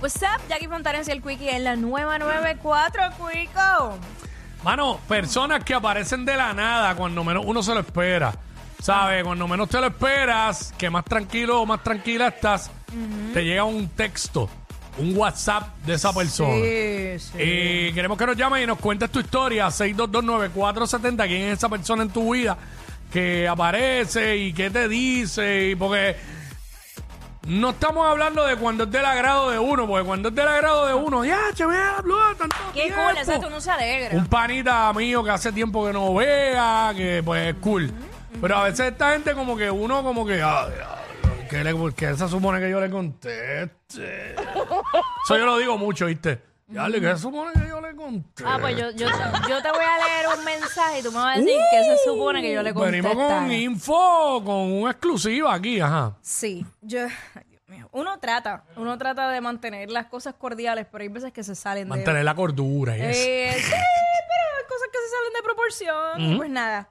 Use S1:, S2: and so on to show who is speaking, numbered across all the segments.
S1: What's up? Jackie Fontanes y el Quickie en la nueva 94, Quico.
S2: Mano, personas que aparecen de la nada cuando menos uno se lo espera. ¿Sabes? Cuando menos te lo esperas, que más tranquilo o más tranquila estás, te llega un texto, un WhatsApp de esa persona.
S1: Sí, sí.
S2: Y queremos que nos llames y nos cuentes tu historia, 6229470, quién es esa persona en tu vida que aparece y qué te dice, y porque no estamos hablando de cuando es del agrado de uno, porque cuando es del agrado de uno, ya, che, vea, bla, tanto
S1: Qué
S2: tiempo".
S1: cool, exacto, uno se alegra.
S2: Un panita mío que hace tiempo que no vea, que pues es cool. Pero a veces esta gente como que uno como que... "Ah, diablo, ¿qué le- ¿Por qué se supone que yo le conteste? Eso yo lo digo mucho, ¿viste? Ya, ¿qué se supone que yo le conteste?
S1: Ah, pues yo, yo, yo te voy a leer un mensaje y tú me vas a decir que se supone que yo le
S2: Venimos
S1: contestara.
S2: con info, con una exclusiva aquí, ajá.
S1: Sí, yo... ay, Dios mío. Uno trata, uno trata de mantener las cosas cordiales, pero hay veces que se salen de...
S2: Mantener la cordura y eso.
S1: Eh, sí, pero hay cosas que se salen de proporción. Y Pues nada,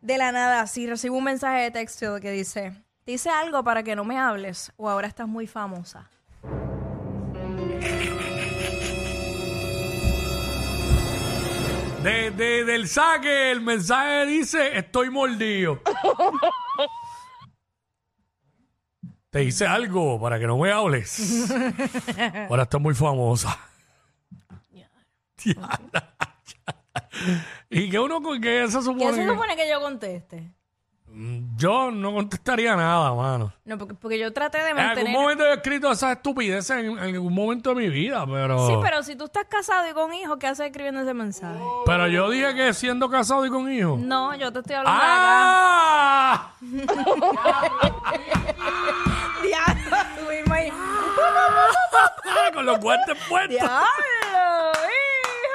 S1: de la nada, si recibo un mensaje de texto que dice, te hice algo para que no me hables o ahora estás muy famosa.
S2: De- de- del saque, el mensaje dice, estoy mordido. Te hice algo para que no me hables. Ahora estás muy famosa. Diabla. y que uno con que se
S1: ¿Qué
S2: supone.
S1: se
S2: que-
S1: supone que yo conteste?
S2: Yo no contestaría nada, mano.
S1: No, porque, porque yo traté de
S2: En algún
S1: mantener...
S2: momento yo he escrito esas estupideces en, en algún momento de mi vida, pero.
S1: Sí, pero si tú estás casado y con hijos, ¿qué haces escribiendo ese mensaje?
S2: Pero yo dije que siendo casado y con hijos.
S1: No, yo te estoy hablando de acá.
S2: ¡Ah!
S1: ¡Diablo! tú mismo ahí.
S2: Ah, Con los guantes puestos.
S1: ¡Diablo,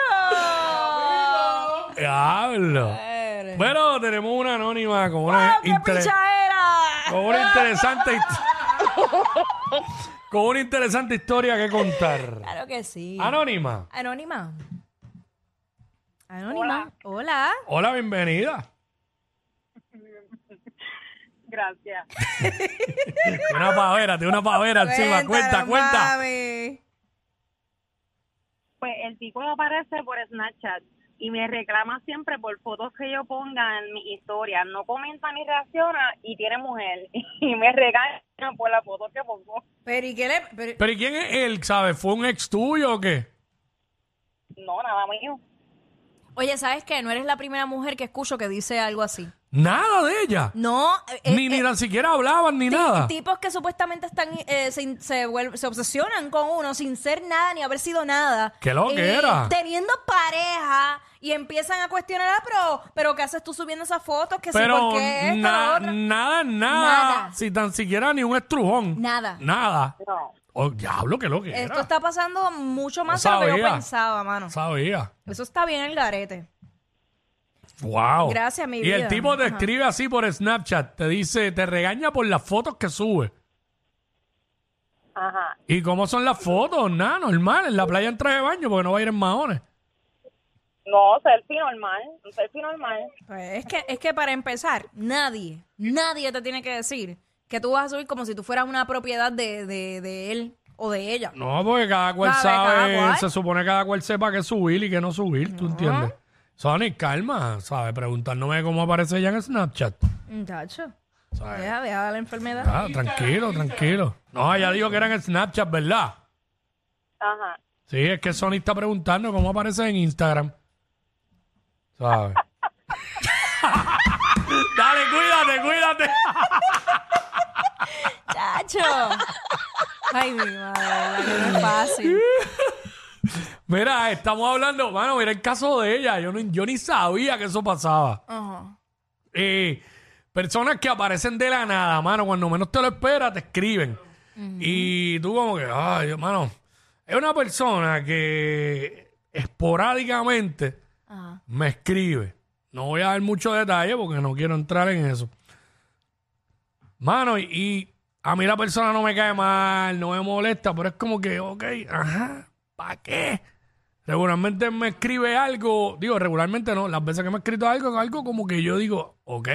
S1: hijo!
S2: Diablo.
S1: Eres-
S2: Bueno, tenemos una anónima con una,
S1: ¡Ah, ¡Qué
S2: inter-
S1: pichadera!
S2: con una interesante hist- con una interesante historia que contar.
S1: Claro que sí.
S2: Ah, Anónima.
S1: Anónima. Anónima. Hola.
S2: Hola, bienvenida.
S3: Gracias.
S2: Una pavera, tiene una pavera encima. Cuenta, cuenta.
S1: mami.
S3: Pues el tipo aparece por Snapchat y me reclama siempre por fotos que yo ponga en mi historia. No comenta ni reacciona y tiene mujer. Y me regaña por la foto que pongo.
S1: Pero ¿y qué le...? pero-
S2: Pero ¿y quién es él? ¿Sabes? ¿Fue un ex tuyo o qué?
S3: No, nada mío.
S1: Oye, ¿sabes qué? No eres la primera mujer que escucho que dice algo así.
S2: Nada de ella.
S1: No. eh, eh,
S2: ni, ni
S1: eh,
S2: tan siquiera hablaban ni
S1: ti-
S2: nada.
S1: Tipos que supuestamente están eh, se, in- se vuel- se obsesionan con uno sin ser nada ni haber sido nada. Eh,
S2: Qué lo que era.
S1: Teniendo pareja y empiezan a cuestionar, ah, pero, pero ¿qué haces tú subiendo esas fotos? Que sí,
S2: Pero
S1: ¿por qué esto, lo
S2: na-
S1: otro?
S2: nada, nada,
S1: Nada.
S2: Si tan siquiera ni un estrujón.
S1: Nada.
S2: Nada.
S3: No.
S2: Oh, diablo, que lo que era.
S1: Esto está pasando mucho más de
S2: No
S1: lo que yo
S2: sabía.
S1: pensaba, mano.
S2: Sabía.
S1: Eso está bien el garete.
S2: Wow.
S1: Gracias, mi
S2: y
S1: vida.
S2: el tipo te
S1: Ajá.
S2: escribe así por Snapchat, te dice, te regaña por las fotos que sube.
S3: Ajá.
S2: ¿Y cómo son las fotos? Nada, normal, en la playa en traje de baño porque no va a ir en maones.
S3: No, selfie normal. Un selfie normal.
S1: Pues es que, es que para empezar, nadie, nadie te tiene que decir que tú vas a subir como si tú fueras una propiedad de, de- de él o de ella.
S2: No, porque cada cual
S1: Sabe,
S2: sabe,
S1: cada cual.
S2: se supone que cada cual sepa qué subir y qué no subir, ¿tú entiendes? Sonic, calma, ¿sabes? Preguntándome cómo aparece ella en Snapchat.
S1: Muchacho,
S2: ¿sabes?
S1: deja, deja la enfermedad.
S2: Ah, tranquilo, tranquilo. No, ella dijo que era en Snapchat, ¿verdad?
S3: Ajá.
S2: Sí, es que Sony está preguntando cómo aparece en Instagram. ¿Sabes? Dale, cuídate, cuídate. Ah.
S1: Muchacho. Ay, mi madre, la que no es fácil.
S2: Mira, estamos hablando, mano, mira el caso de ella. Yo, no- yo ni sabía que eso pasaba.
S1: Ajá.
S2: Eh, personas que aparecen de la nada, mano, cuando menos te lo esperas, te escriben. Y tú como que, ay, mano, es una persona que esporádicamente
S1: Ajá.
S2: me escribe. No voy a dar mucho detalle porque no quiero entrar en eso. Mano, y, y a mí la persona no me cae mal, no me molesta, pero es como que, ok, ajá, ¿para qué? Regularmente me escribe algo, digo, regularmente no, las veces que me ha escrito algo, algo como que yo digo, ok,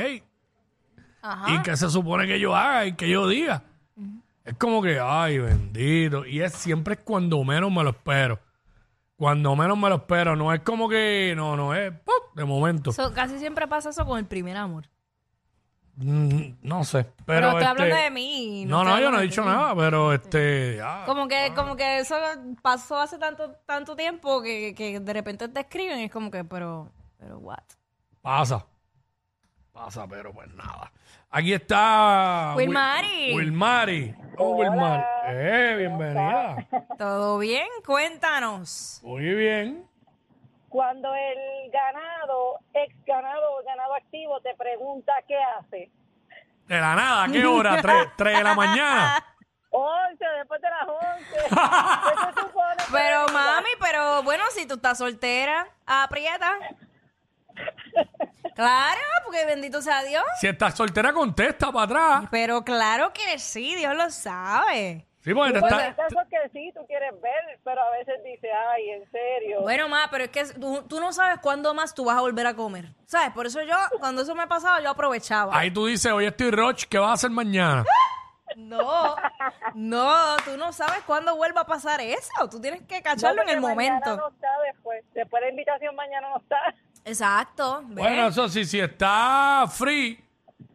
S1: Ajá.
S2: ¿y qué se supone que yo haga y que yo diga? Es como que, ay, bendito. Y es siempre es cuando menos me lo espero. Cuando menos me lo espero. No es como que, no, no es ¡pop! de momento.
S1: So, casi siempre pasa eso con el primer amor.
S2: Mm, no sé. Pero,
S1: Pero, estoy
S2: este,
S1: hablando de mí.
S2: No,
S1: estoy
S2: no, yo no he
S1: hablando de
S2: dicho
S1: ti.
S2: nada, pero este. ah,
S1: Como que, como que eso pasó hace tanto, tanto tiempo que, que de repente te escriben y es como que, pero, pero what?
S2: Pasa. Pasa, pero pues nada. Aquí está. Wil-
S1: Wilmari.
S2: Wilmari. Oh, Wilmari. Eh, bienvenida.
S1: ¿Todo bien? Cuéntanos.
S2: Muy bien.
S4: Cuando el ganado, ex ganado o ganado activo te pregunta qué hace.
S2: De la nada, ¿a ¿qué hora? ¿Tres, tres de la mañana?
S4: 11, después de las 11. ¿Qué se supone que
S1: Pero
S4: le diga?
S1: mami, pero bueno, si tú estás soltera, aprieta. Claro, porque bendito sea Dios.
S2: Si estás soltera, contesta para atrás.
S1: Pero claro que sí, Dios lo sabe.
S2: Sí, porque te
S4: Bueno,
S2: está-
S4: hay casos que sí, tú quieres ver, pero a veces dices, ay, en serio.
S1: Bueno, ma, pero es que tú, tú no sabes cuándo más tú vas a volver a comer. ¿Sabes? Por eso yo, cuando eso me pasaba, yo aprovechaba.
S2: Ahí tú dices, hoy estoy Roch, ¿qué vas a hacer mañana?
S1: No, no, tú no sabes cuándo vuelva a pasar eso. Tú tienes que cacharlo en
S4: porque
S1: el
S4: mañana
S1: momento.
S4: No está después. Después de la invitación, mañana no está.
S1: Exacto. ¿ves?
S2: Bueno, eso sí, si está free,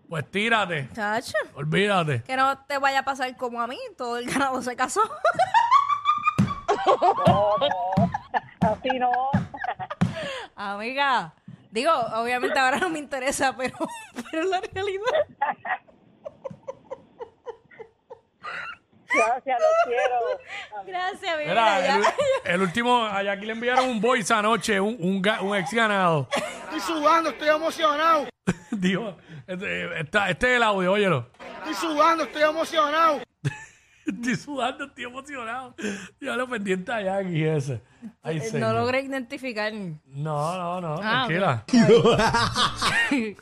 S2: pues tírate.
S1: Chacho,
S2: Olvídate.
S1: que no te vaya a pasar como a mí. Todo el ganado se casó.
S4: Así no.
S1: Amiga, digo, obviamente ahora no me interesa, pero, pero la realidad.
S4: Gracias, los quiero.
S1: Gracias, mi vida,
S2: Mira,
S1: ya.
S2: el, el último, a Jackie le enviaron un voice anoche, un, un, ga- un ex ganado.
S5: Estoy sudando, estoy emocionado.
S2: Dios, este, está- este es el audio, óyelo.
S5: Estoy sudando, estoy emocionado.
S2: Estoy sudando, estoy emocionado. Yo lo pendiente a Jackie ese. Ay,
S1: Eh,
S2: señor.
S1: No logré identificar.
S2: No, no, no,
S1: Ah,
S2: tranquila. Eh,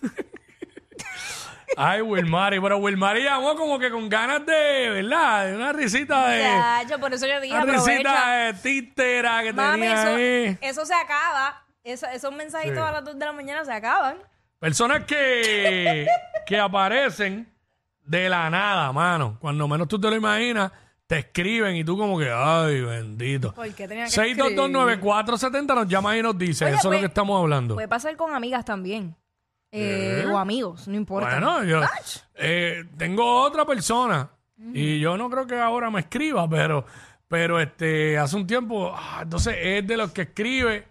S2: Ay, Wilmari, pero Wilmari llamó como que con ganas de, ¿verdad? De una risita de.
S1: Chacho, por eso yo dije,
S2: Una risita
S1: aprovecha.
S2: de tístera que
S1: Mami,
S2: eh, tenía ahí.
S1: eso, eso se acaba. Eso- esos mensajitos
S2: Sí.
S1: a las 2 de la mañana se acaban.
S2: Personas que, que aparecen de la nada, mano. Cuando menos tú te lo imaginas, te escriben y tú como que, ay, bendito.
S1: ¿Por qué tenía que escribir?
S2: 6229470 nos llama y nos dice,
S1: Oye,
S2: eso es
S1: pues-
S2: lo que estamos hablando.
S1: Puede pasar con amigas también. Eh,
S2: ¿Eh?
S1: O amigos, no importa.
S2: bueno, yo eh, tengo otra persona y yo no creo que ahora me escriba, pero, pero este, hace un tiempo, ah, entonces es de los que escribe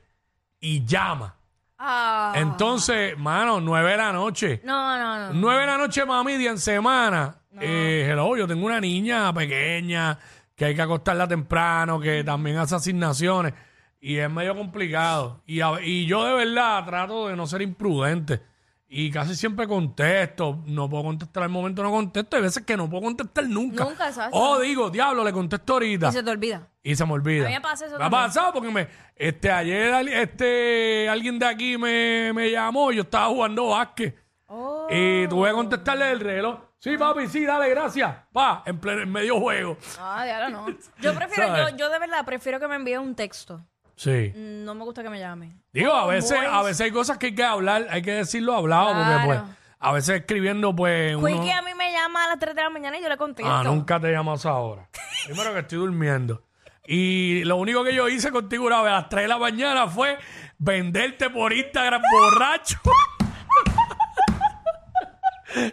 S2: y llama.
S1: Ah.
S2: Entonces, mano, nueve de la noche.
S1: No, no, no.
S2: 9 de la noche, mami, día en semana. Eh, hello, yo tengo una niña pequeña que hay que acostarla temprano, que también hace asignaciones. Y es medio complicado. Y, a- y yo de verdad trato de no ser imprudente. Y casi siempre contesto. No puedo contestar al momento, no contesto. Hay veces que no puedo contestar nunca.
S1: Nunca, exacto.
S2: O digo, diablo, le contesto ahorita.
S1: Y se te olvida.
S2: Y se me olvida.
S1: A mí me pasa eso
S2: Me ha
S1: también.
S2: pasado porque me, este, ayer al- este, alguien de aquí me, me llamó. Yo estaba jugando básquet.
S1: Oh.
S2: Y tuve que contestarle el reloj. Sí, papi, sí, dale, gracias. Pa, en, pleno, en medio juego.
S1: Ah, de ahora no. Yo prefiero,
S2: ¿Sabes?
S1: yo, yo de verdad prefiero que me envíe un texto.
S2: Sí.
S1: No me gusta que me llamen.
S2: Digo, a veces, a veces hay cosas que hay que hablar, hay que decirlo hablado, porque pues,
S1: Claro.
S2: a veces escribiendo, pues, uno...
S1: Quickie a mí me llama a las 3 de la mañana y yo le contesto.
S2: Ah, nunca te llamas ahora. Primero que estoy durmiendo. Y lo único que yo hice contigo una vez a las 3 de la mañana fue venderte por Instagram borracho.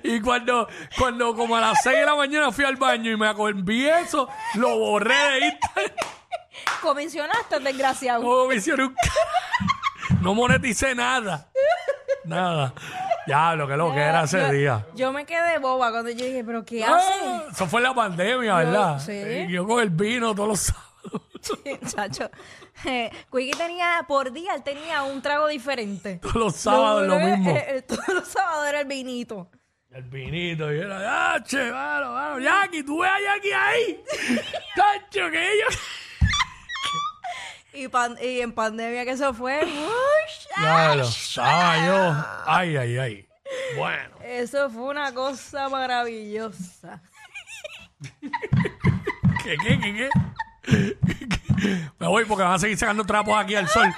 S2: Y cuando, cuando como a las 6 de la mañana fui al baño y me acordé eso, lo borré de Instagram.
S1: Comisionaste, desgraciado.
S2: No me hicieron un ca- No moneticé nada. Nada. Ya, lo que lo que era ese
S1: yo,
S2: día.
S1: Ah, Yo me quedé boba cuando yo dije, ¿pero qué haces?
S2: Ah, eso fue la pandemia, ¿verdad?
S1: sí.
S2: Eh, Yo con el vino todos los sábados.
S1: Chacho. Eh, Quickie tenía, por día, él tenía un trago diferente.
S2: Todos los sábados lo
S1: eh,
S2: mismo.
S1: eh, eh, todos los sábados era el vinito.
S2: El vinito, y era, ¡ah, che, mano, mano! ¡Jackie, tú ves a Jackie ahí! ¡Tacho, que ellos!
S1: Y, pan- y en pandemia que eso fue. ¡ush!
S2: Ya lo estaba yo. ¡Ay, ay, ay! Bueno.
S1: Eso fue una cosa maravillosa.
S2: ¿Qué, qué, qué, qué? Me voy porque van a seguir sacando trapos aquí al sol.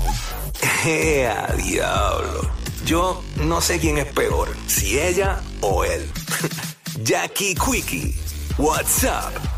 S6: ¡Ea, diablo! Yo no sé quién es peor, si ella o él. Jackie Quickie, WhatsApp